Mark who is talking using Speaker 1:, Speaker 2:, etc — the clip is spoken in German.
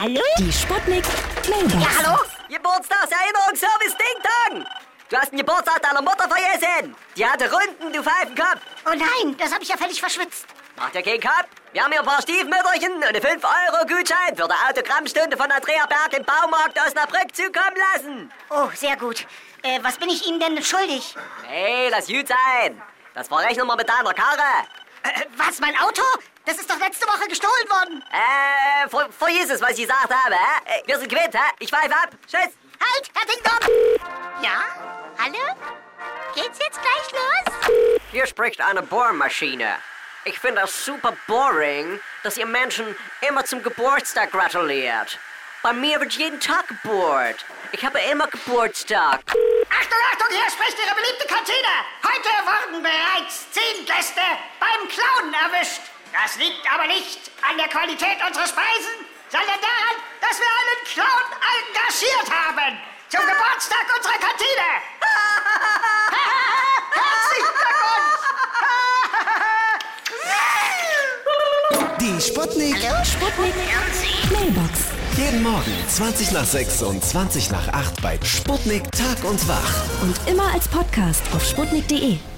Speaker 1: Hallo?
Speaker 2: Die Sputnik Mailbox.
Speaker 3: Ja, hallo? Geburtstagserinnerungsservice Ding Dong! Du hast den Geburtstag deiner Mutter vergessen! Die hatte Runden, du Pfeifenkopf!
Speaker 1: Oh nein, das habe ich ja völlig verschwitzt.
Speaker 3: Macht ja keinen Kopf! Wir haben hier ein paar Stiefmütterchen und einen 5-Euro-Gutschein für eine Autogrammstunde von Andrea Berg im Baumarkt Osnabrück zukommen lassen!
Speaker 1: Oh, sehr gut. Äh, was bin ich Ihnen denn schuldig?
Speaker 3: Hey, lass gut sein! Das verrechnen wir mit deiner Karre!
Speaker 1: Äh, was, mein Auto? Das ist doch letzte Woche gestohlen worden.
Speaker 3: Äh, ver vergiss es, was ich gesagt habe, hä? Äh, Wir sind quitt, hä? Ich pfeife ab! Tschüss!
Speaker 1: Halt, Herr Dingdom! Ja? Hallo? Geht's jetzt gleich los?
Speaker 3: Hier spricht eine Bohrmaschine. Ich finde es super boring, dass ihr Menschen immer zum Geburtstag gratuliert. Bei mir wird jeden Tag gebohrt. Ich habe immer Geburtstag.
Speaker 4: Achtung, Achtung, hier spricht Ihre beliebte Kantine. Heute wurden bereits zehn Gäste beim Klauen erwischt. Das liegt aber nicht an der Qualität unserer Speisen, sondern daran, dass wir einen Clown engagiert haben. Zum Geburtstag unserer Kantine. Herzlichen Glückwunsch.
Speaker 5: Die Sputnik.
Speaker 2: Sputnik Mailbox.
Speaker 5: Jeden Morgen 20 nach 6 und 20 nach 8 bei Sputnik Tag und Wach.
Speaker 2: Und immer als Podcast auf sputnik.de.